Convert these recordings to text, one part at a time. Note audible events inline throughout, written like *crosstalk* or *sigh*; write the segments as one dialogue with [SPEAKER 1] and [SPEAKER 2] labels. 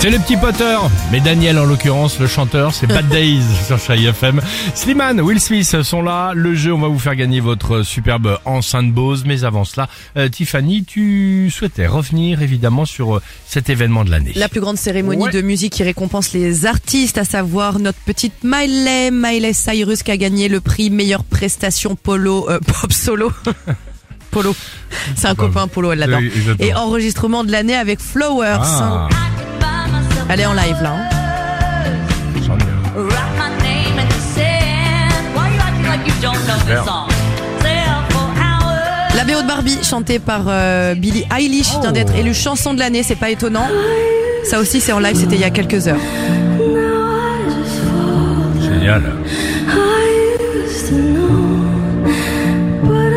[SPEAKER 1] C'est le petit Potter, mais Daniel en l'occurrence, le chanteur, c'est Bad Days sur Chai FM. Slimane, Will Smith sont là, le jeu, on va vous faire gagner votre superbe enceinte Bose, mais avant cela, euh, Tiffany, tu souhaitais revenir évidemment sur euh, cet événement de l'année.
[SPEAKER 2] La plus grande cérémonie
[SPEAKER 1] Ouais.
[SPEAKER 2] de musique qui récompense les artistes, à savoir notre petite Miley, Miley Cyrus qui a gagné le prix meilleure prestation polo, euh, *laughs* pop solo. polo. C'est un
[SPEAKER 1] bah,
[SPEAKER 2] copain, Polo, elle l'adore.
[SPEAKER 1] oui, exactement.
[SPEAKER 2] Et enregistrement de l'année avec Flowers.
[SPEAKER 1] Ah,
[SPEAKER 2] Elle est en live là. hein.
[SPEAKER 1] j'en ai un.
[SPEAKER 3] Write my name in the sand. Why you acting like you don't know
[SPEAKER 1] Super.
[SPEAKER 3] this song? Stay up for hours.
[SPEAKER 2] La BO de Barbie, chantée par euh, Billie Eilish, vient d'être
[SPEAKER 1] Oh.
[SPEAKER 2] élue chanson de l'année, c'est pas étonnant. Ça aussi, c'est en live, c'était il y a quelques heures.
[SPEAKER 1] génial.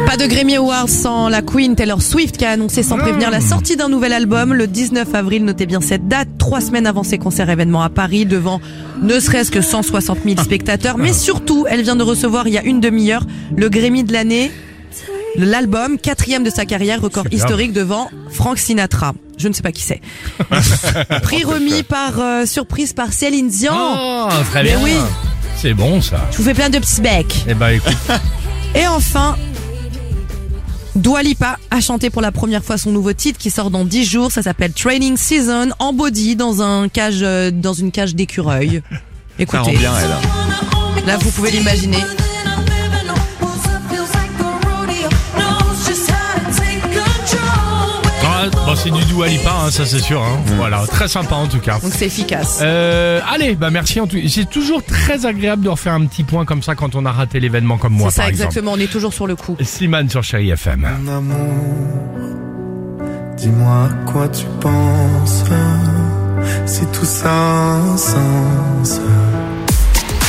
[SPEAKER 2] Pas de Grammy Awards sans la Queen Taylor Swift qui a annoncé sans prévenir la sortie d'un nouvel album le 19 avril. Notez bien cette date, trois semaines avant ses concerts événements à Paris devant ne serait-ce que 160 000 spectateurs. Mais surtout, elle vient de recevoir il y a une demi-heure le Grammy de l'année, l'album quatrième de sa carrière, record
[SPEAKER 1] Superbe.
[SPEAKER 2] historique devant Frank Sinatra. Je ne sais pas qui c'est. Prix remis par euh, surprise par Céline Dion.
[SPEAKER 1] Ah, très
[SPEAKER 2] Oh, Mais
[SPEAKER 1] bien.
[SPEAKER 2] oui.
[SPEAKER 1] C'est bon ça.
[SPEAKER 2] Je vous fais plein de petits becs.
[SPEAKER 1] Eh ben
[SPEAKER 2] *laughs*
[SPEAKER 1] écoute,
[SPEAKER 2] Et enfin, Dua Lipa a chanté pour la première fois son nouveau titre qui sort dans 10 jours. Ça s'appelle Training Season, en body, dans, un cage, euh, dans une cage
[SPEAKER 1] *laughs*
[SPEAKER 2] d'écureuil. Écoutez, là vous pouvez l'imaginer.
[SPEAKER 1] ah, bon, c'est du Dua Lipa, hein, ça c'est sûr.
[SPEAKER 2] Mm.
[SPEAKER 1] hein. Voilà, très sympa en tout cas.
[SPEAKER 2] Donc c'est efficace.
[SPEAKER 1] Euh, allez, bah merci. en tout- C'est toujours très agréable de refaire un petit point comme ça quand on a raté l'événement comme moi,
[SPEAKER 2] C'est ça
[SPEAKER 1] par exemple.
[SPEAKER 2] exactement, on est toujours sur le coup.
[SPEAKER 1] Slimane sur Chéri FM.
[SPEAKER 4] Mon amour, dis-moi à quoi tu penses, si tout ça a un sens.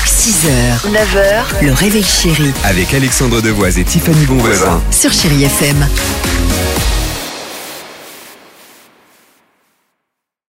[SPEAKER 5] 6h, 9h, le réveil chéri
[SPEAKER 6] Avec Alexandre Devoise et Tiffany Bonvoisin.
[SPEAKER 5] sur Chéri FM.